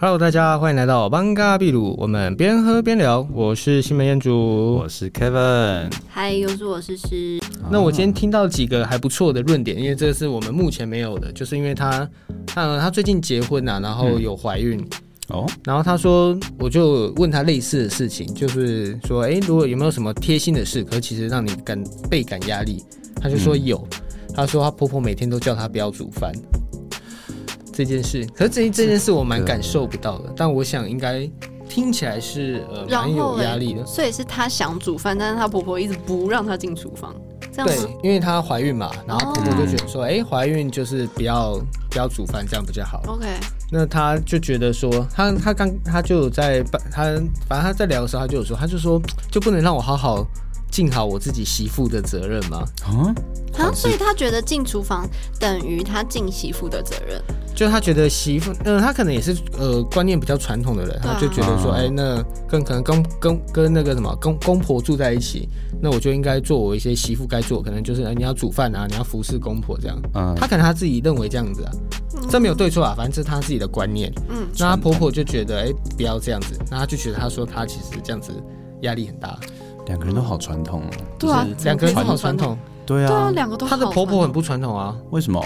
Hello，大家欢迎来到邦嘎秘鲁，我们边喝边聊。我是西门彦祖。我是 Kevin，嗨，又是我诗诗，那我今天听到几个还不错的论点，因为这是我们目前没有的，就是因为她，她她最近结婚啊，然后有怀孕，哦，然后她说，我就问她类似的事情，就是说，哎，如果有没有什么贴心的事，可是其实让你感倍感压力，她就说有，她说她婆婆每天都叫她不要煮饭。这件事，可是这这件事我蛮感受不到的，但我想应该听起来是呃然蛮后有嘞压力的，所以是她想煮饭，但是她婆婆一直不让她进厨房，这样对吗？，因为她怀孕嘛，然后哦婆婆就觉得说，哎、怀孕就是不要不要煮饭，这样比较好。 ？OK，那她就觉得说，她她刚她就有在她反正她在聊的时候，她就有说，她就说就不能让我好好尽好我自己媳妇的责任吗？啊，啊，所以她觉得进厨房等于她尽媳妇的责任，就她觉得媳妇，呃，她可能也是呃观念比较传统的人，对她啊就觉得说，嗯哎、那跟可能跟跟跟那个什么公公婆住在一起，那我就应该做我一些媳妇该做，可能就是、呃你要煮饭啊，你要服侍公婆这样。嗯，她可能她自己认为这样子啊，这没有对错啊，反正这是她自己的观念。嗯，那她婆婆就觉得，哎、不要这样子，那她就觉得她说她其实这样子压力很大，两个人都好传统哦，对啊就是两个人都怎么可以这好么传传统统，对对啊，啊，两个都她的好婆婆很烦不传统啊，为什么？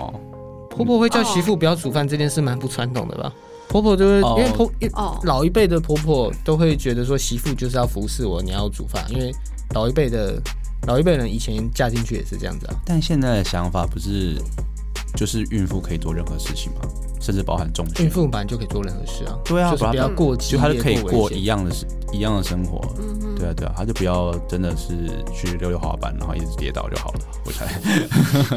婆婆会叫媳妇不要煮饭这件事蛮不传统的吧？婆婆就是哦因为婆一哦老一辈的婆婆都会觉得说媳妇就是要服侍我，你要煮饭，因为老一辈的老一辈人以前嫁进去也是这样子啊。但现在的想法不是就是孕妇可以做任何事情吗？甚至包含重孕训，妇本来就可以做任何事啊，对啊就是不要本来过激就她烈，就可以过过危一险样的事一样的生活，对啊对啊，她就不要真的是去溜溜滑板，然后一直跌倒就 好了，我猜。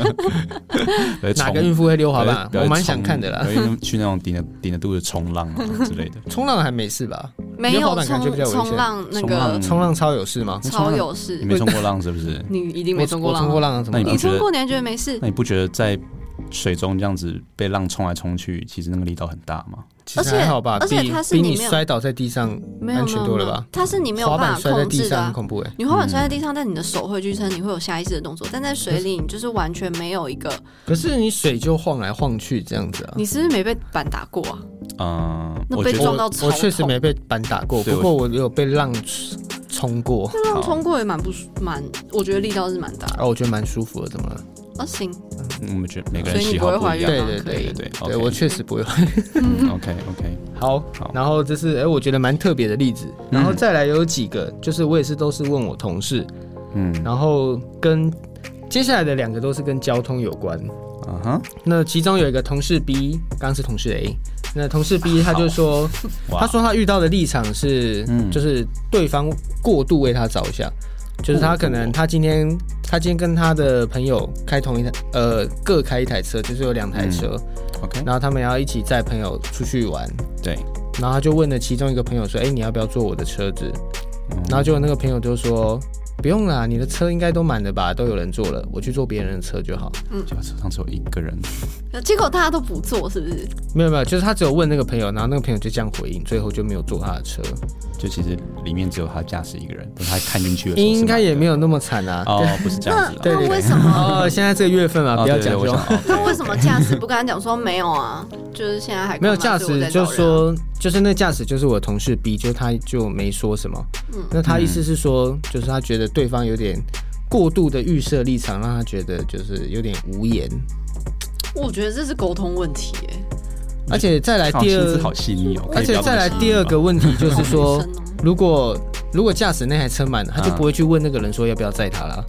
哪 个孕妇会溜滑板啊？不要我去蛮想冲看的啦不。要去那种顶着顶着肚子冲浪啊之类 的。冲浪还没事吧？没溜滑有板感觉比较冲危险冲浪那冲个浪冲浪超有事吗？超有事你，没冲过浪是不是？你一定没冲过我浪冲过啊，浪啊，怎么那了？你你我觉冲得过你还觉得没事 那，你不觉得在水中这样子被浪冲来冲去，其实那个力道很大吗？其实还好吧，而比且而且它是比你你没有摔倒在地上没有安没全有多没了有吧，？它是你没有滑办板法摔在控地制的上很啊。恐怖哎、你滑板摔在地上，但你的手会去撑，你会有下意识的动作。但在水里，你就是完全没有一个。可是你水就晃来晃去这样子啊。你是不是没被板打过啊？嗯，那我被觉撞得到我超确实痛没被板打过，对不我过我有被浪冲过，那好浪冲过也蛮不舒蛮，我觉得力道是蛮大的。哦，我觉得蛮舒服的，怎么了？啊，行，嗯我们觉得每个人所以你喜好不会不怀一孕样 嗯对对吗。可对以对对对， OK 我确实不会。 OK OK，好嗯好，然后这是哎，我觉得蛮特别的例子，然后再来有几个，就是我也是都是问我同事，嗯，然后跟接下来的两个都是跟交通有关。啊哈，那其中有一个同事 B，刚刚是同事 A，那同事 B 他就说，哇他说他遇到的立场是，嗯就是对方过度为他着想，就是他可能过度哦他今天他今天跟他的朋友开同一台，呃，各开一台车，就是有两台车， OK，然后他们要一起载朋友出去玩，对，然后他就问了其中一个朋友说，哎、你要不要坐我的车子？嗯然后结果那个朋友就说。不用啦，你的车应该都满了吧，都有人坐了，我去坐别人的车就好。嗯就车上只有一个人，呃结果大家都不做，是不是？没有没有，就是他只有问那个朋友，然后那个朋友就这样回应，最后就没有坐他的车， 就其实里面只有他驾驶一个人，但是他看进去的时候应该也没有有那么惨啊。哦，不是这样那子啊，对对那对为什么？ 哦，现在这个月份嘛，哦不要对对讲对究。我想 那为什么驾驶不跟他讲说没有啊？就是现在还没有干驾嘛所以驶我在，找就人啊说就是那驾驶就是我同事 B，就他就没说什么。嗯那他意思是说，就是他觉得对方有点过度的预设立场，让他觉得就是有点无言。我觉得这是沟通问题耶。而且再 来好第心思好二，细腻哦，可而以不且要再来这么细腻第二个吗，问题就是好说 女，生哦如果如果驾驶那台车满了，他就嗯不会去问那个人说要不要载他啦。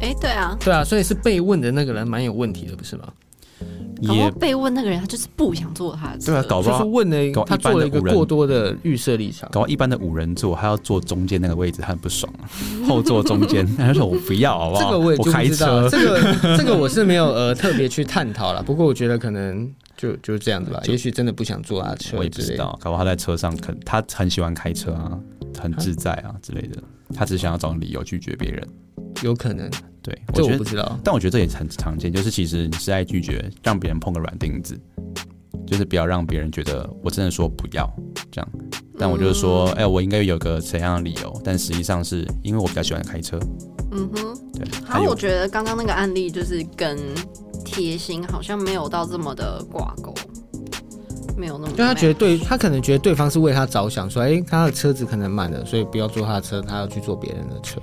哎，对啊，对啊，所以是被问的那个人蛮有问题的，不是吗？然后也被问那个人，他就是不想坐他的车。对啊，搞不就是好问了一搞他一般做了的一个五人过多的预设立场。搞到一般的五人座，他要坐中间那个位置，他很不爽、啊后座中间， 他说我不要，好不这好？个我也就不开知道了，车，这个这个我是没有呃特别去探讨了。不过我觉得可能就就这样子吧，也许真的不想坐他的啊车我也不之知类的。道。搞不好他在车上，可他很喜欢开车啊，很自在啊之类的，他只是想要找理由拒绝别人。有可能，对，这我我觉不得，知道。但我觉得这也很常见，就是其实你是在拒绝让别人碰个软钉子，就是不要让别人觉得我真的说不要这样。但我就是说，嗯哎、我应该有个怎样的理由？但实际上是因为我比较喜欢开车，嗯哼。对。啊然他后有我觉得刚刚那个案例就是跟贴心好像没有到这么的挂钩。没有那么因为他觉得得对他可能觉得对方是为他着想，说，哎、他的车子可能满了，所以不要坐他的车，他要去坐别人的车。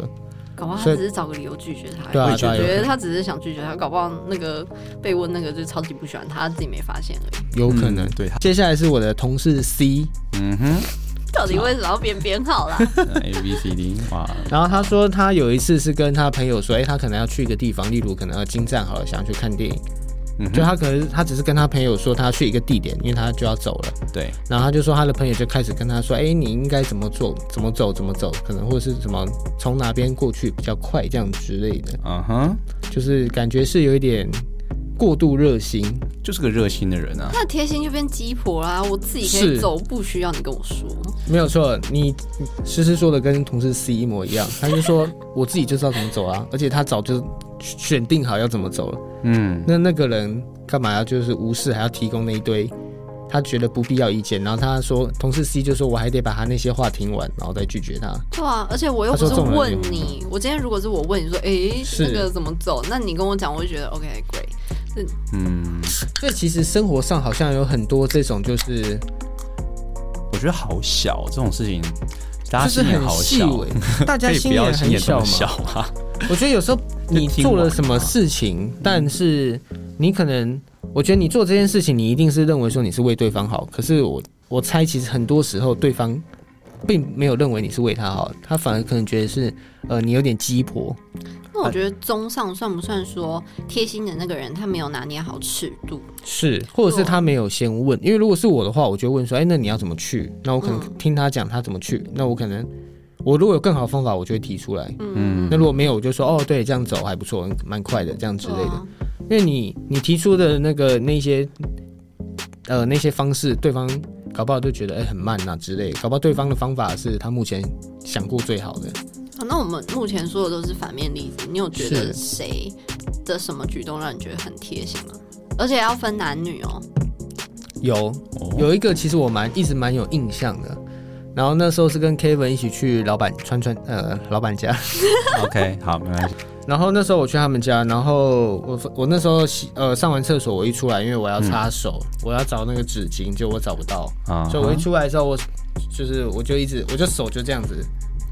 搞不好所他以只是找个理由拒绝他。对啊我对啊有觉可得能他只是想拒绝他，搞不好那个被问那个就是超级不喜欢他，他自己没发现而已。有可能。嗯对他，接下来是我的同事 C，嗯哼到底为什么要编编号 啦？ ，A B C D，哇，然后他说他有一次是跟他朋友说，哎、他可能要去一个地方，例如可能要金站好了，想要去看电影。嗯就哼，他可能他只是跟他朋友说他要去一个地点，因为他就要走了。对，然后他就说他的朋友就开始跟他说，哎、你应该怎么做，怎么走，怎么走，可能或者是怎么从哪边过去比较快，这样之类的，嗯哼，就是感觉是有一点过度热心。就是个热心的人啊，那贴心就变鸡婆啦，我自己可以是走，不需要你跟我说。没有错，你诗诗说的跟同事 C 一模一样，他就说我自己就知道怎么走啊， 而且他早就选定好要怎么走了。嗯，那那个人干嘛要就是无视，还要提供那一堆他觉得不必要意见？然后他说，同事 C 就说我还得把他那些话听完，然后再拒绝他。对啊，而且我又不他是说中文问你，我今天如果是我问你说，诶，是那个怎么走？那你跟我讲，我就觉得 OK great。嗯，所以其实生活上好像有很多这种，就是我觉得好小这种事情，大家就是心眼很好细小，微，大 可家以心不要眼心很眼这么嘛。小啊，我觉得有时候你就听做了完什么嘛事情，但是你可能，我觉得你做这件事情，你一定是认为说你是为对方好，可是我我猜其实很多时候对方。并没有认为你是为他好，他反而可能觉得是，呃，你有点鸡婆，那我觉得综上算不算说贴心的那个人他没有拿捏好尺度？是，或者是对他没有先问，因为如果是我的话，我就会问说，哎、那你要怎么去？那我可能嗯听他讲他怎么去，那我可能我如果有更好的方法，我就会提出来。嗯那如果没有，我就说哦，对，这样走还不错，蛮快的，这样之类对的。啊因为你你提出的那个那些呃那些方式，对方搞不好就觉得哎、很慢呐、之类的，搞不好对方的方法是他目前想过最好的。好哦那我们目前说的都是反面例子，你有觉得谁的什么举动让你觉得很贴心吗？而且要分男女哦，有哦，有一个其实我蛮一直蛮有印象的，然后那时候是跟 Kevin 一起去老板川川呃老板家。 OK，好，没关系，然后那时候我去他们家，然后我我那时候洗呃上完厕所，我一出来，因为我要擦手，我要找那个纸巾，就我找不到，啊，所以我一出来之后，我就是我就一直我就手就这样子，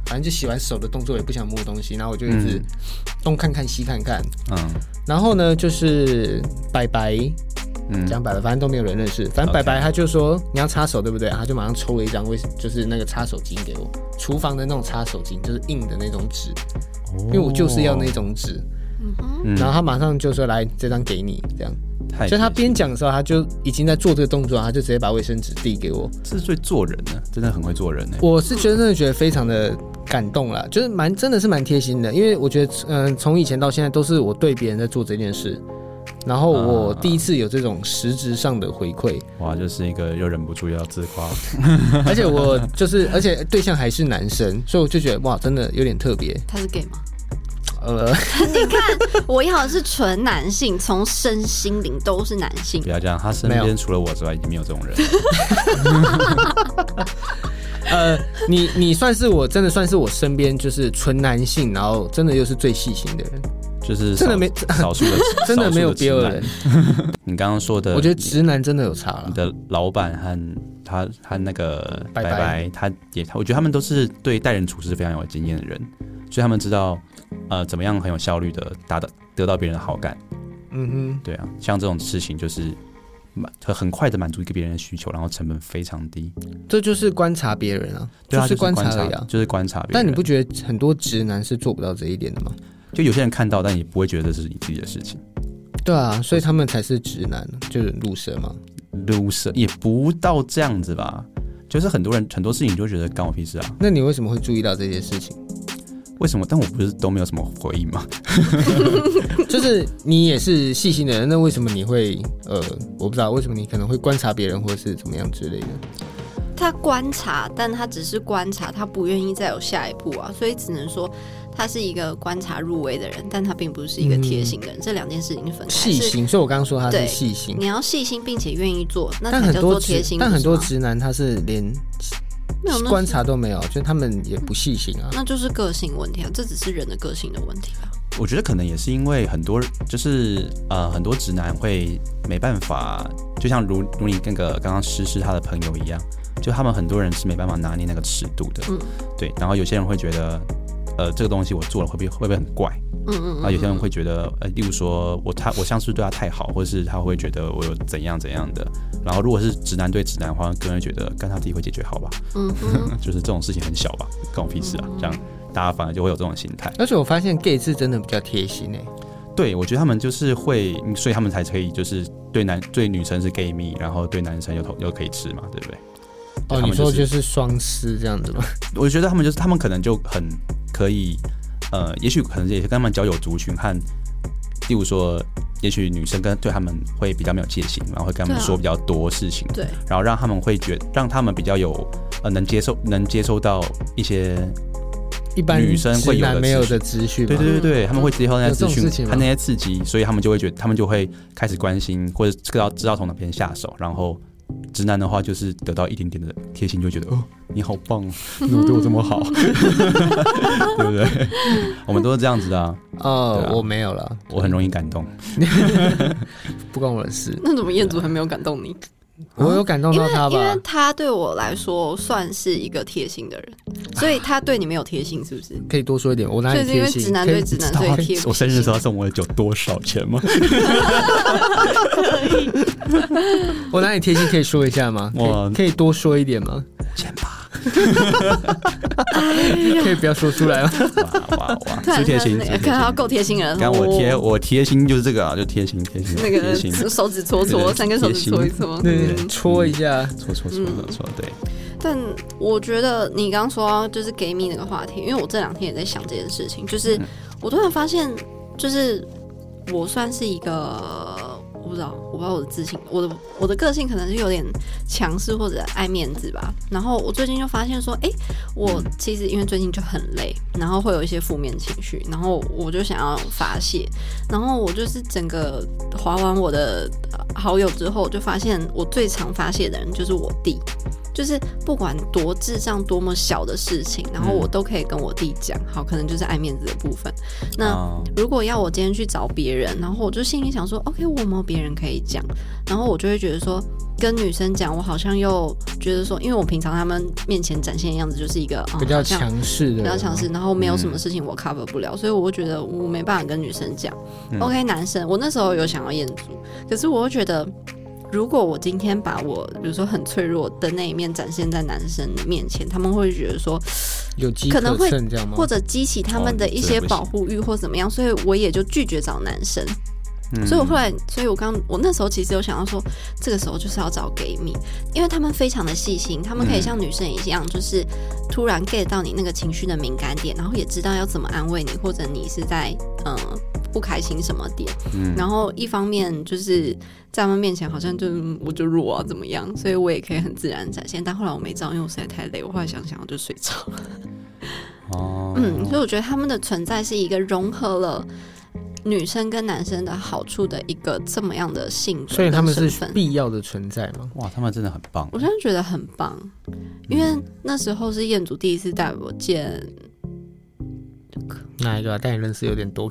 反正就洗完手的动作也不想摸东西，然后我就一直嗯东看看西看看，嗯然后呢就是拜拜嗯，讲白了，反正都没有人认识，反正 OK 拜拜他就说你要擦手对不对？他就马上抽了一张卫就是那个擦手巾给我，厨房的那种擦手巾，就是硬的那种纸，因为我就是要那种纸。哦嗯，然后然他马上就说：“来，这张给你。”这样，后所以他边讲的时候，他就已经在做这个动作，他就直接把卫生纸递给我。这是最做人的，真的很会做人呢。欸我是觉得真的觉得非常的感动啦，就是蛮真的是蛮贴心的，因为我觉得，嗯、从以前到现在都是我对别人在做这件事，然后我啊第一次有这种实质上的回馈，哇，就是一个又忍不住要自 夸，啊而且我就是，而且对象还是男生，所以我就觉得哇，真的有点特别。他是 gay 吗？ 呃，我要的是纯男性，从身心灵都是男性不。要这样。他身没有边除了我之外，已经没有这种人了。呃，你你算是我真的算是我身边就是纯男性，然后真的又是最细心的人，就是真的少没 少数的，真的没有别少数的直男人。。你刚刚说的，我觉得直男真的有差了你。的老板和他和那个拜拜拜拜，他也他，我觉得他们都是对待人处事非常有经验的人，所以他们知道呃怎么样很有效率的达到得到别人的好感。嗯对啊，像这种事情就是满很很快的满足一个别人的需求，然后成本非常低。哼，这就是观察别人啊，对啊，是就是观观察而已啊。就是观察别人。但你不觉得很多直男是做不到这一点的吗？就有些人看到，但也不会觉得这是你自己的事情。对啊，所以他们才是直男，就是入蛇嘛。 loser 也不到这样子吧，就是很多人很多事情就会觉得干我屁事啊，那你为什么会注意到这些事情？ 为什么？但我不是都没有什么回应吗？就是你也是细心的人，那为什么你会呃，我不知道为什么你可能会观察别人或是怎么样之类的？他观察，但他只是观察，他不愿意再有下一步啊，所以只能说他是一个观察入微的人，但他并不是一个贴心的人。这两件事情是分开。嗯细是心，所以我刚刚说他是对细心，你要细心并且愿意做，那但才很叫多做直贴心。但很多不是吗直男他是连没有那观察都没有，就他们也不细心啊。那就是个性问题啊，这只是人的个性的问题吧。我觉得可能也是因为很多就是呃很多直男会没办法，就就像如如你那个刚刚诗诗他的朋友一样，就他们很多人是没办法拿捏那个尺度的，嗯对。然后有些人会觉得，呃，这个东西我做了会不会会不会很怪？嗯嗯然后嗯，有些人会觉得，呃，例如说我他我像是对他太好，或是他会觉得我有怎样怎样的。然后如果是直男对直男的话，个人会觉得干他自己会解决好吧，嗯哼，就是这种事情很小吧，关我屁事啊，这样大家反而就会有这种心态。而且我发现 gay 是真的比较贴心欸诶、对，我觉得他们就是会，嗯所以他们才可以就是对男对女生是 gay 蜜，然后对男生又同又可以吃嘛，对不对？哦，他们你说就是就是双狮这样 子吗？我觉得他们就是他们可能就很可以，呃，也许可能也是跟他们交友族群和，例如说，也许女生跟对他们会比较没有戒心，然后会跟他们对啊说比较多事情， 对，然后让他们会觉让他们比较有呃能接受能接受到一些，一般女生会有的直男没有的资讯对吗？对对对，他们会接受那些有这资种事讯情吗和那些刺激，所以他们就会觉得他们就会开始关心或者知道知道从哪边下手，然后。直男的话就是得到一点点的贴心，就会觉得哦，你好棒哦，你怎么对我这么好， 对不对？ 我们都是这样子的、啊，哦，对啊我没有了，我很容易感动。不关我的事。那怎么彦祖还没有感动你？我有感动因到为他哦因吧为？他对我来说算是一个贴心的人，所以他对你没有贴心，是不是？可以多说一点，我哪所以里是因贴为心？直男对直男，所以贴不起我生日的时候他送我的酒多少钱 吗？我哪里贴心可以说一下吗？哇可以可以多说一点吗？千八， 可以不要说出 来吗？哇哇哇，看是贴心，他是那贴个看他心。够贴心的人，你看我贴哦我贴心就是这个啊，就贴心贴心那贴个心，搓手指搓对搓，三根手指搓一搓。贴心对，戳一下。搓搓搓搓，对，嗯但我觉得你刚说到就是 gay 蜜那个话题，因为我这两天也在想这件事情，就是我突然发现，就是我算是一个。我不知道，我不知道我的自信，我的我的个性可能是有点强势或者爱面子吧。然后我最近就发现说，诶，我其实因为最近就很累，然后会有一些负面情绪，然后我就想要发泄，然后我就是整个划完我的呃好友之后，我就发现我最常发泄的人就是我弟，就是不管多智障、多么小的事情，然后我都可以跟我弟讲。好，可能就是爱面子的部分。那、啊如果要我今天去找别人，然后我就心里想说，OK，我有没有别人可以讲？然后我就会觉得说，跟女生讲，我好像又觉得说，因为我平常他们面前展现的样子就是一个、嗯比较好像强势的，啊嗯比较强势，。然后没有什么事情我 cover 不了，所以我会觉得我没办法跟女生讲。OK，男嗯生，我那时候有想要验足，可是我又觉得，如果我今天把我比如说很脆弱的那一面展现在男生面前，他们会觉得说，有机可能可会乘这样吗？或者激起他们的一些保护欲或怎么样，所以我也就拒绝找男生。嗯所以我后来，所以我刚我那时候其实有想到说，这个时候就是要找 gay 蜜，因为他们非常的细心，他们可以像女生一样，就是突然 get 到你那个情绪的敏感点，然后也知道要怎么安慰你，或者你是在嗯、呃不开心什么点。嗯然后一方面就是在他们面前好像就嗯我就弱啊怎么样，所以我也可以很自然展现。但后来我没照，因为我实在太累，我后来想想我就睡着了。哦，嗯，所以我觉得他们的存在是一个融合了女生跟男生的好处的一个这么样的性格，所以他们身是份。必要的存在吗？哇，他们真的很棒，我真的觉得很棒，因为那时候是彦祖第一次带我见哪一个、啊？但你认识有点多。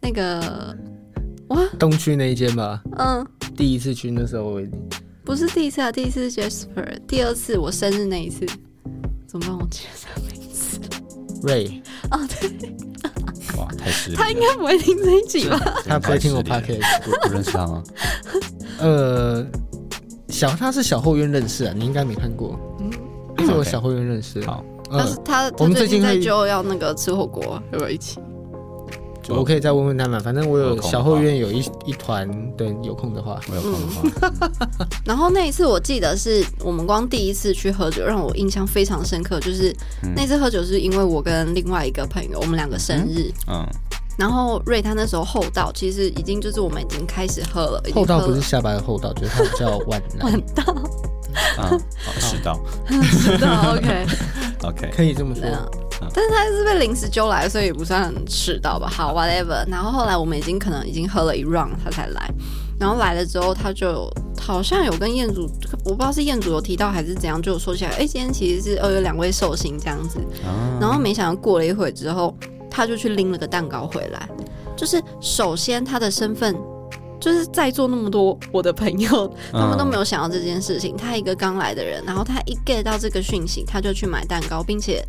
那个， 东区那一间吧，嗯，第一次去那时候我不是第一次啊，第一次是 Jasper，第二次我生日那一次，怎么办？我记得他名字 Ray，哦，对，哇，太失礼 他应了，该不会听这一集吧？他不会听我真的太失礼 podcast。了不不认识他吗？呃，小他是小后院认识啊，你应该没看过。是我小后院认识的。嗯好，嗯、他是他，我他们最最近近在会就要那个吃火锅，要不要一起？我可以再问问他们，反正我有有空的小后院有一一团，对，有空的话，我有空的话，然后那一次我记得是我们光第一次去喝酒，让我印象非常深刻。就是嗯那次喝酒是因为我跟另外一个朋友，我们两个生日， 嗯，然后瑞他那时候后到，其实已经就是我们已经开始喝了，已经后道喝不是了下巴的后道，就是他们叫皖南，啊，好迟到知道 哦 OK， ，OK，可以这么说。啊嗯，但是他是被临时揪来，所以也不算迟到吧。好，whatever。然后后来我们已经可能已经喝了一 round，他才来。然后来了之后，他就好像有跟彦祖，我不知道是彦祖有提到还是怎样，就有说起来，哎、今天其实是二月两位寿星这样子。嗯啊然后没想到过了一会之后，他就去拎了个蛋糕回来。就是首先他的身份就是在座那么多我的朋友，嗯他们都没有想到这件事情。他一个刚来的人，然后他一 get 到这个讯息，他就去买蛋糕，并且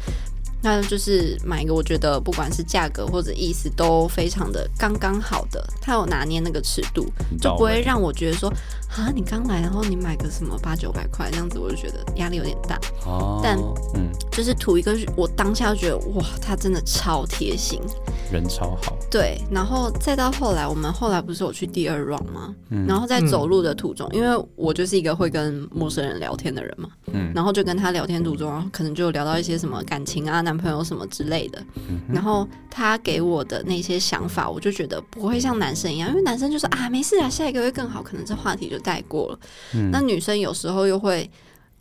那就是买一个我觉得不管是价格或者意思都非常的刚刚好的，他有拿捏那个尺度，很就到不会位让我觉得说啊你刚来，然后你买个什么八九百块这样子，我就觉得压力有点大。哦，但嗯，就是图一个，我当下就觉得哇，他真的超贴心。人超好，对，然后再到后来，我们后来不是有去第二 round 吗？嗯然后在走路的途中，因为我就是一个会跟陌生人聊天的人嘛，嗯然后就跟他聊天途中，然后可能就聊到一些什么感情啊、男朋友什么之类的，然后他给我的那些想法，我就觉得不会像男生一样，因为男生就说啊没事啊，下一个会更好，可能这话题就带过了。嗯那女生有时候又会。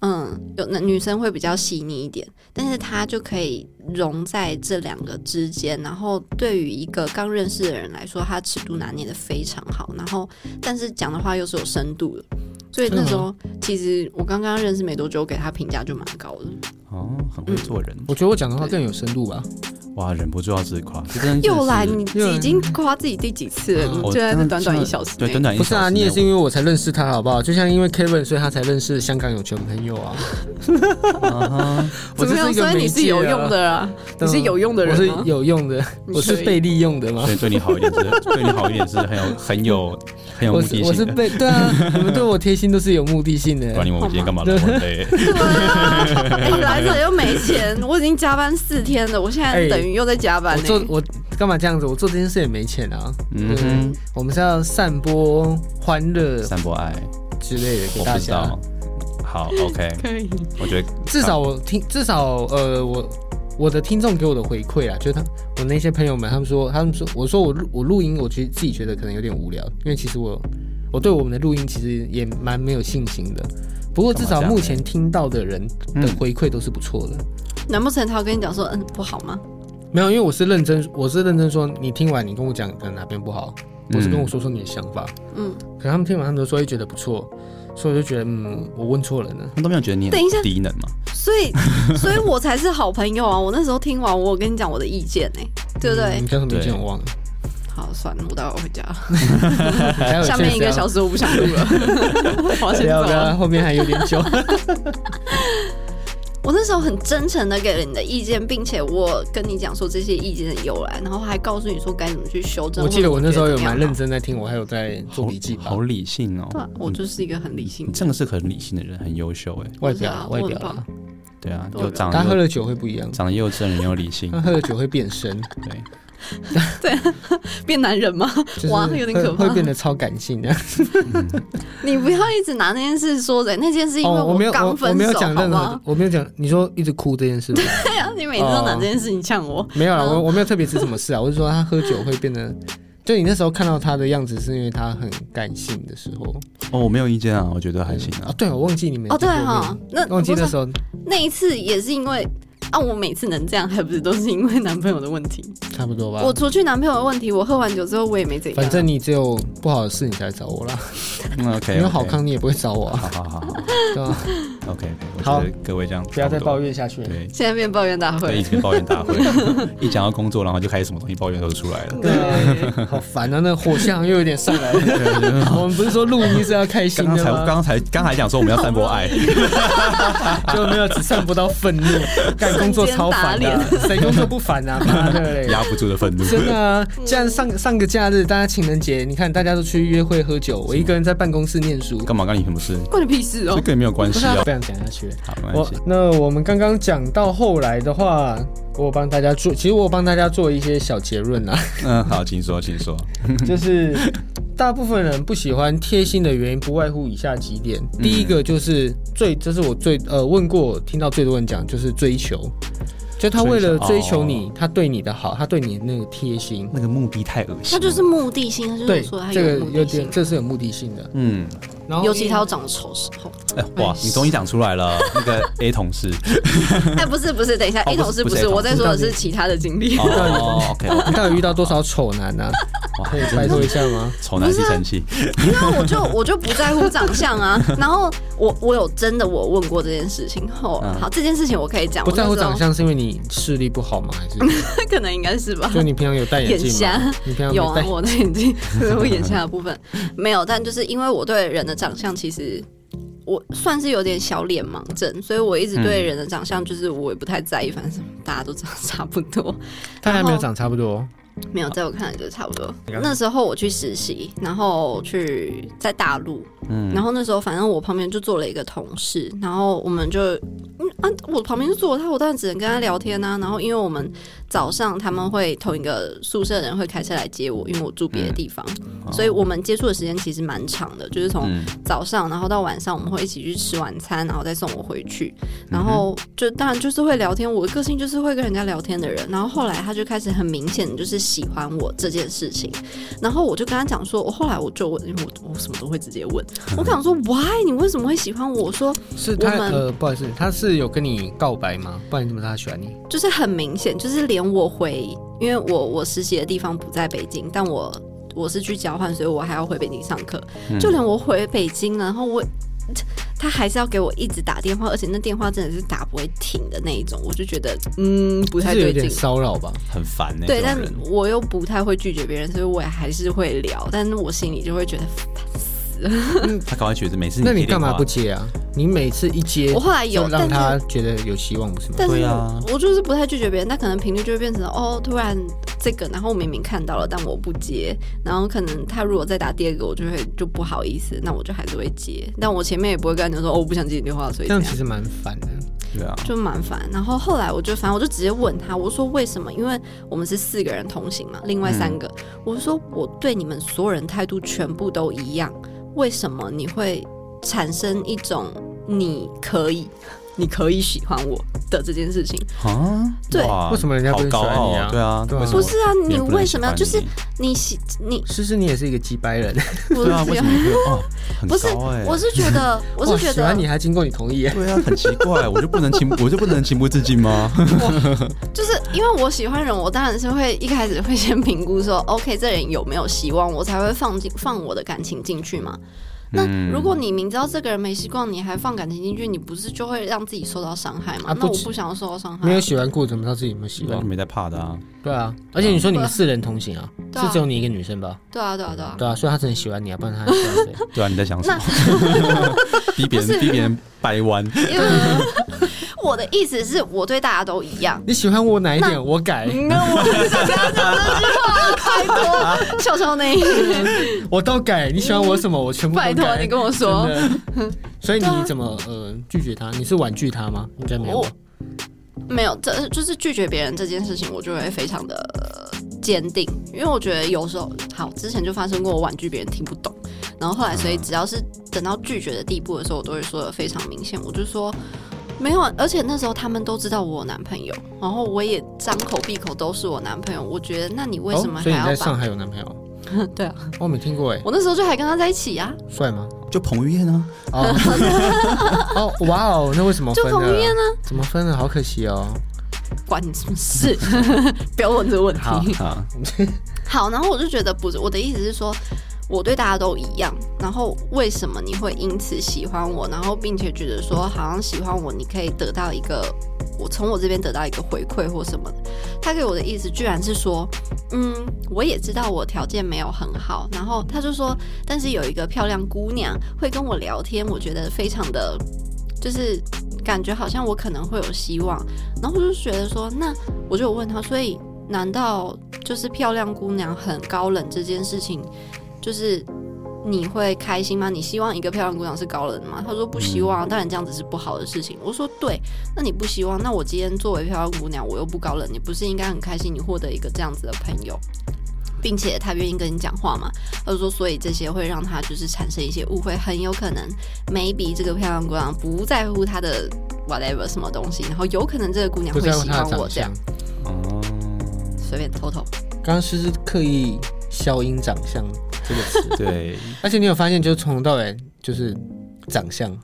嗯，有那女生会比较细腻一点，但是她就可以融在这两个之间。然后对于一个刚认识的人来说，她尺度拿捏的非常好。然后，但是讲的话又是有深度的，所以那时候其实我刚刚认识没多久，我给她评价就蛮高的。哦，很嗯会做人，我觉得我讲的话更有深度吧。哇，忍不住要自夸，这真的又来，是你又来已经夸自己第几次了？嗯你我就在真这的短短一小时对，内短，短一不是啊，小时你也是因内为我才认识他，好不好？就像因为 Kevin，所以他才认识香港有钱朋友 啊。我啊哈我怎么只是样？一所个以你是有用的啊，你对啊是有用的我人是吗？有用的，你我是可以被利用的吗所？啊以对你好一点是，对你好一点是很有很有很有目我的是我是性的。被对啊，你们对我贴心都是有目的性的 不。然你问我今天干嘛了？我很累。对啊， 哎你来这又没钱，我已经加班四天了，我现在哎等于又在加班欸我呢。做我干嘛这样子？我做这件事也没钱啊。嗯对哼，我们是要散播欢乐散播爱，之类的给我大不知家道。。好，OK，可以，我觉得至少我听，至少呃，我我的听众给我的回馈啊，就是他我那些朋友们，他们说，他们说，我说我录我录音，我其实自己觉得可能有点无聊，因为其实我我对我们的录音其实也蛮没有信心的。不过至少干嘛这样目前听到的人的嗯回馈都是不错的。难不成他要跟你讲说，嗯，不好吗？没有，因为我是认真，我是认真说，你听完你跟我讲可能哪边不好，嗯我是跟我说说你的想法。嗯，可是他们听完他们都说，哎，觉得不错，所以我就觉得，嗯，我问错人了。他们都没有觉得你等一下很低能嘛？所以，所以我才是好朋友啊！我那时候听完，我有跟你讲我的意见呢、对不对嗯？你讲什么意见对我忘了。好，算了，我待会儿回家了。还有下面一个时。小时我不想录了， 我要先聊走了聊，。后面还有点久。我那时候很真诚的给了你的意见，并且我跟你讲说这些意见的由来，然后还告诉你说该怎么去修正。我记得我那时候有蛮认真。真嗯在听，我还有在做好笔记吧好。理性哦。对啊，我就是一个很理性你的。真的是很理性的人，很优秀哎。外表啊，我外知道表我很啊，对啊，对嗯又长他喝得又了酒会不一样，长得又正人又理性他，喝了酒会变身，对，变男人吗？就是哇有点可怕会会变得超感性的。你不要一直拿那件事说人，那件事因为哦，我没有，刚我我分没有手，讲好任何吗？，我没有讲。你说一直哭这件事吗，对啊，你每次都拿这件事情呛我。没有啦，然后我我没有特别指什么事啊，我是说他喝酒会变得。就你那时候看到他的样子，是因为他很感性的时候哦，我没有意见啊，我觉得还行啊啊。。对，我忘记你们哦，对哈、那忘记不那是时候那一次也是因为啊，我每次能这样，还不是都是因为男朋友的问题。差不多吧我。除去男朋友的问题，我喝完酒之后我也没怎样。反正你只有不好的事你才来找我啦，嗯，OK，没有好康你也不会找 我啊，好好好好对吧？ ，OK，我好觉得各位这样不要再抱怨，怨下去了。对，现在变抱怨大对，一会，直抱怨大会， 一讲到工作，然后就开始什么东西抱怨都出来了。对啊，好烦啊！那火象又有点上 来了。我们不是说录音是要开心刚刚才的刚吗？刚才刚才讲说我们要散播 爱，就没有只散不到愤怒，干工作超烦的啊，谁工作不烦啊？妈的嘞！压不住的愤怒。真的啊！这样上上个假日，大家情人节，你看大家都去约会喝酒，我一个人在办公室念书。干嘛干你什么事？关你屁事这哦！跟你没有关不系是啊啊，不。想讲下去了。好，没关我系。那我们刚刚讲到后来的话，我帮大家做，其实我有帮大家做一些小结论啊。嗯，好，请说，请说。就是大部分人不喜欢贴心的原因，不外乎以下几点。第一个就是最，这是我最呃问过听到最多人讲，就是追求，就他为了追追求求你，他对你的好，他对你的那个贴心，那个墓地太恶心了。他就是目的性，他就是对嗯说他这个目有的点性，这是有目的性的。嗯，然后尤其他要长得丑时 候。哎哇，你终于讲出来了，那 个 A 同事。哎，不是不是，等一下哦，A 不是同事不不是是， A 同事我在说的是其他的经历。哦，OK，你到底遇到多少丑男呢、啊？哇可以拜托一下吗？丑男吸尘器，因啊为我就我就不在乎长相啊。 然后我我有真的我问过这件事情后，嗯好这件事情我可以 讲，不在乎我就知道长，相是因为你视力不好吗？还是 可能应该是吧。就你平常有戴眼镜 吗眼瞎？你平常有没啊，戴？我的 眼睛我眼下的部分没有，但就是因为我对人的长相其实。我算是有点小脸盲症，所以我一直对嗯人的长相就是我也不太在意，反正大家都长得差不多。 他还没有长差不多。哦没有，在我看来就差不多。那时候我去实习，然后去在大陆，嗯然后那时候反正我旁边就坐了一个同事，然后我们就，嗯啊，我旁边就坐了他，我当然只能跟他聊天啊。然后因为我们早上他们会同一个宿舍的人会开车来接我，因为我住别的地方，所以我们接触的时间其实蛮长的，就是从嗯早上，然后到晚上我们会一起去吃晚餐，然后再送我回去。然后就当然就是会聊天，我的个性就是会跟人家聊天的人。然后后来他就开始很明显地就是喜欢我这件事情，然后我就跟他讲说，我哦后来我就问，因为我我什么都会直接问，我想说 why 你为什么会喜欢我？我说是他我们呃，不好意思，他是有跟你告白吗？不然你怎么知道他喜欢你？就是很明显，就是连我回，因为我我实习的地方不在北京，但我我是去交换，所以我还要回北京上课。嗯就连我回北京，然后我他还是要给我一直打电话，而且那电话真的是打不会停的那一种，我就觉得嗯不太这是有对点劲。骚扰吧？很烦那对，种但人，我又不太会拒绝别人，所以我也还是会聊，但是我心里就会觉得，嗯他搞快觉得每次那你接电干嘛话不接啊？你每次一接我，后来有就，让但是他觉得有希望，不是吗？但是对啊我就是不太拒绝别人，但可能频率就会变成哦，突然这个，然后我明明看到了，但我不接，然后可能他如果再打第二个，我就会就不好意思，那我就还是会接，但我前面也不会跟他讲说哦，我不想接你电话，所以这样怎样其实蛮烦的。对啊，就蛮烦。然后后来我就反正我就直接问他，我说为什么？因为我们是四个人同行嘛，另外三嗯个，我说我对你们所有人态度全部都一样，为什么你会产生一种你可以，你可以喜欢我的这件事情？啊，对哇为什么人家不好能喜高欢傲你哦啊？对啊，对啊为什不么是啊，别你人不能为喜什么要欢就是你你喜 你思思，你也是一个鸡掰人，不是对啊，这为什样么 会哦，很不是高哎，我是觉得我是哇觉喜欢你得还经过你同 意，对啊，很奇怪，我就不能情， 我就不能情不自禁吗？就是因为我喜欢人，我当然是会一开始会先评估说，OK，这人有没有希望，我才会放进放我的感情进去嘛。那嗯嗯如果你明知道这个人没希望，你还放感情进去，你不是就会让自己受到伤害吗？啊那不我止不想要受到伤害。没有喜欢过，怎么知道自己有没有希那望就？没在怕的啊，对啊，而且你说你们四人同行啊，对啊是只有你一个女生吧？对啊，对啊，对啊。对啊，所以他只能喜欢你啊，不然他还喜欢谁？对啊，你在想什那么？ 逼别人不是逼别人掰弯，啊因为我 的意思是我对大家都一样。 你喜欢我哪一点？我改， 那嗯我很想跟他讲这句话，啊拜托， 笑笑那一 我都改。你喜欢我什么？我全部都嗯拜改。托你跟我说，真的。 所以对啊哦你怎么呃拒绝他？你是婉拒他吗？应该没有吧。没有，这就是拒绝别人这件事情，我就会非常的坚定，因为我觉得有时候好，之前就发生过我婉拒别人听不懂，然后后来所以只要是等到拒绝的地步的时候，我都会说的非常明显，我就说。没有啊，而且那时候他们都知道我有男朋友，然后我也张口闭口都是我男朋友。我觉得，那你为什哦么还所以你要在把？上海有男朋友？哦对啊，我没听过哎，我那时候就还跟他在一起啊，帅吗？就彭于晏啊，哦 哦，哇哦，那为什么就啊分彭于了晏？呢，怎么分了？好可惜哦。管你什么事，不要问这个问题。好啊，好，然后我就觉得不是我的意思是说，我对大家都一样，然后为什么你会因此喜欢我，然后并且觉得说好像喜欢我，你可以得到一个我从我这边得到一个回馈或什么的。他给我的意思居然是说，嗯，我也知道我条件没有很好，然后他就说，但是有一个漂亮姑娘会跟我聊天，我觉得非常的。就是感觉好像我可能会有希望，然后我就觉得说，那我就有问他，所以难道就是漂亮姑娘很高冷这件事情，就是你会开心吗？你希望一个漂亮姑娘是高冷的吗？他说不希嗯望，啊当然这样子是不好的事情。我说对，那你不希望，那我今天作为漂亮姑娘，我又不高冷，你不是应该很开心？你获得一个这样子的朋友。并且他愿意跟你讲话嘛？他就说，所以这些会让他就是产生一些误会，很有可能 maybe 这个漂亮姑娘不在乎她的 whatever 什么东西，然后有可能这个姑娘不会在乎喜他欢的长我这样相。。哦，随便偷偷。刚刚是不是刻意消音长相这个词？对，而且你有发现，就是从头到尾就是长相，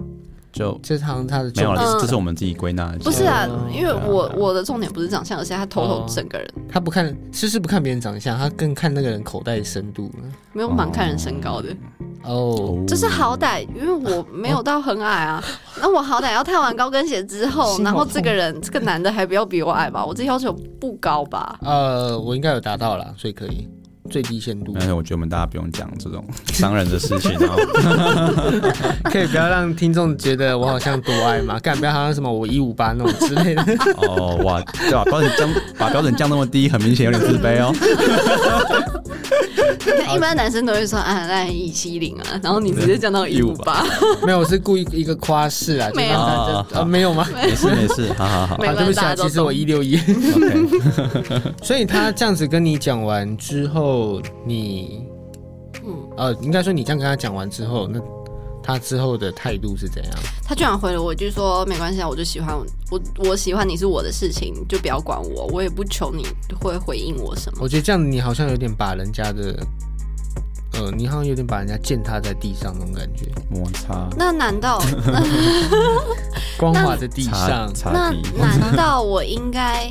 就这是好像他的没有重点，了，嗯这是我们自己归纳的结不论。是啊哦，因为我对啊我的重点不是长相，而是他偷偷哦整个人，他不看诗诗不看别人长相，他更看那个人口袋的深度了。没有蛮看人身高的。哦，哦就是好歹，因为我没有到很矮啊，那我好歹要踏完高跟鞋之心后，好痛然后这个人这个男的还不要比我矮吧？我这要求不高 吧？呃，我应该有达到啦，所以可以最低限度但，是我觉得我们大家不用讲这种伤人的事情哦。 可以不要让听众觉得我好像多矮 嘛，干不要好像什么我一五八那种之类的。 哦，哇，对吧？标准降，把标准降那么低，很明显有点自卑 哦。一般男生都会说啊，那一七零啊，然后你直接降到一五八，没有，我是故意一个夸饰啊，没有啊、呃没有吗？没事没事，好 好好没啊，对关不系，起大啊，家都其实我懂。一六一。 ，OK。所以他这样子跟你讲完之后，你，嗯嗯，呃，应该说你这样跟他讲完之后，那他之后的态度是怎样？他居然回了我一句说没关系啊，我就喜欢我我喜欢你是我的事情，你就不要管我，我也不求你会回应我什么。我觉得这样你好像有点把人家的，呃，你好像有点把人家践踏在地上那种感觉，摩擦那难道那光滑在地擦上。擦那地，难道我应该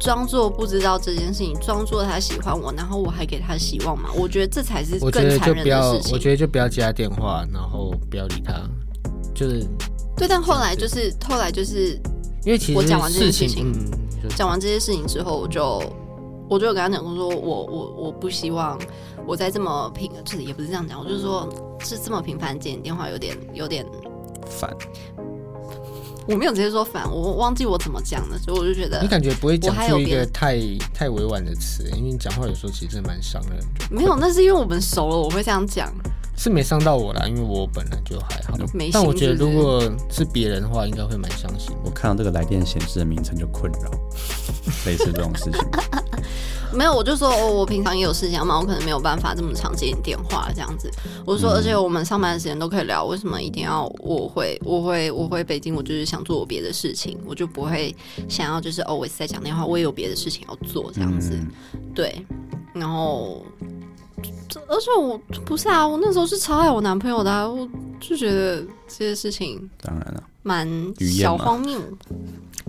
装作不知道这件事情，装作他喜欢我，然后我还给他希望吗？我觉得这才是我觉更得就残不忍要的事，我情。觉得就不要接他电话，然后不要理他。就是对，但后来就是后来就是因为其实我讲完这件事情，情嗯，就讲完这些事情之后，我就我就有跟他讲过说，我我我不希望我再这么频，就是也不是这样讲，我就是说是这么频繁接你电话，有点有点，反我没有直接说烦，我忘记我怎么讲了，所以我就觉得你感觉不会讲我还有出一别个的太太委婉的词，因为你讲话有时候其实真的蛮伤人的，没有，那是因为我们熟了，我会这样讲，是没伤到我啦，因为我本来就还好。没心。但我觉得是不如是果是别人的话，应该会蛮伤心。我看到这个来电显示的名称就困扰，类似这种事情。 没有，我就说、哦、我平常也有事情嘛，我可能没有办法这么常接你电话这样子。我说，而且我们上班的时间都可以聊，为什么一定要我回我回我回北京？我就是想做我别的事情，我就不会想要就是 always 在讲电话，我也有别的事情要做这样子。嗯，对，然后。这而且我不是啊，我那时候是超爱我男朋友的、啊，我就觉得这些事情当然了，蛮语言小嘛荒谬。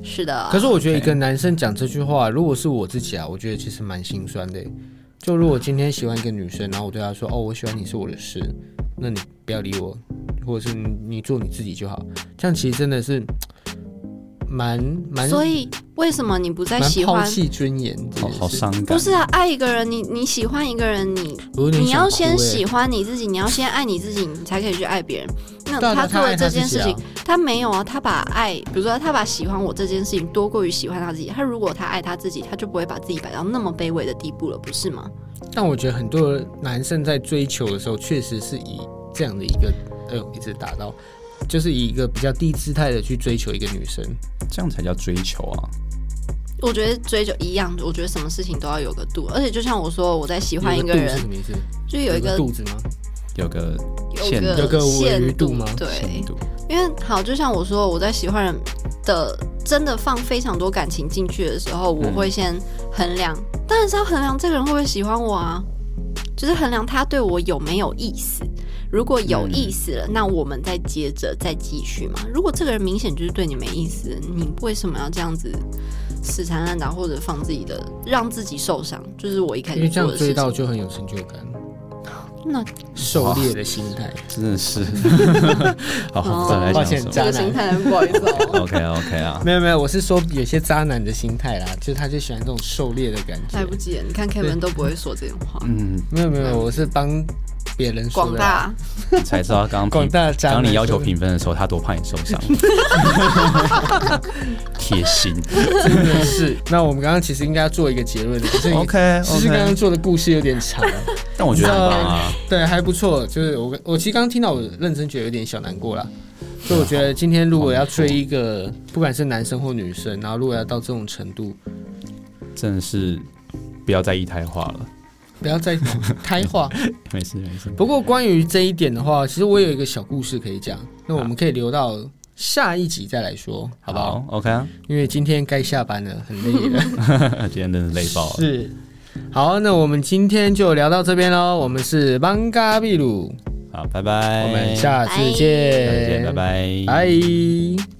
是的啊，可是我觉得一个男生讲这句话，如果是我自己啊，我觉得其实蛮心酸的欸。就如果今天喜欢一个女生，然后我对她说：“哦，我喜欢你是我的事，那你不要理我，或者是你你做你自己就好。”这样其实真的是蛮蛮所以为什么你不再蛮喜抛欢弃尊严这好件事，好伤感。不是啊，爱一个人，你你喜欢一个人，你我有点你想哭欸。要先喜欢你自己，你要先爱你自己，你才可以去爱别人。那对啊，对啊他做了爱他这自己件事情啊，，他没有啊，他把爱，比如说他把喜欢我这件事情多过于喜欢他自己。他如果他爱他自己，他就不会把自己摆到那么卑微的地步了，不是吗？啊但我觉得很多男生在追求的时候，确实是以这样的一个，哎呦，一直打到，就是以一个比较低姿态的去追求一个女生。这样才叫追求啊！我觉得追求一样，我觉得什么事情都要有个度。而且就像我说，我在喜喜欢一个个肚子人是，什么意思？就有一个肚子吗？有个有限个有个限维度吗对限，度，因为好，就像我说，我在喜欢人的真的放非常多感情进去的时候，我会先衡量，当然是要衡量这个人会不会喜欢我啊，就是衡量他对我有没有意思。如果有意思了，那我们再接着再继续嘛。如果这个人明显就是对你没意思，你为什么要这样子死缠烂打，或者放自己的让自己受伤？就是我一开因始为这做样的事追情。到就很有成就感，那狩猎的心态。真的是。 好，哦好再来抱讲歉什么渣这男个心态不好意思、 哦， ？OK OK 啊，没有没有，我是说有些渣男的心态啦，就是他就喜欢这种狩猎的感来觉。不及了。你看 Kevin 都不会说这种话，嗯，没有没有，我是帮别人说广的啦。大。才知道刚刚广评大渣刚男刚你要求说的评分的时候，他多怕你受 伤，贴心。 真的是。那我们刚刚其实应该要做一个结论的，可是 OK 其实刚刚 OK，做的故事有点长。啊但我觉得很棒啊， 对，还不错。就是我跟我其实刚刚听到，我认真觉得有点小难过啦。所以我觉得今天如果要追一个，不管是男生或女生，然后如果要到这种程度，真的是不要再一胎化了，不要再开化。没事没事。不过关于这一点的话，其实我有一个小故事可以讲，那我们可以留到下一集再来说，好不好？ ？OK 啊， 因为今天该下班了，很累了。今天真是累爆了，是。好，那我们今天就聊到这边喽。我们是邦嘎秘鲁，好好，拜拜，我们下次见，再见，拜拜，拜。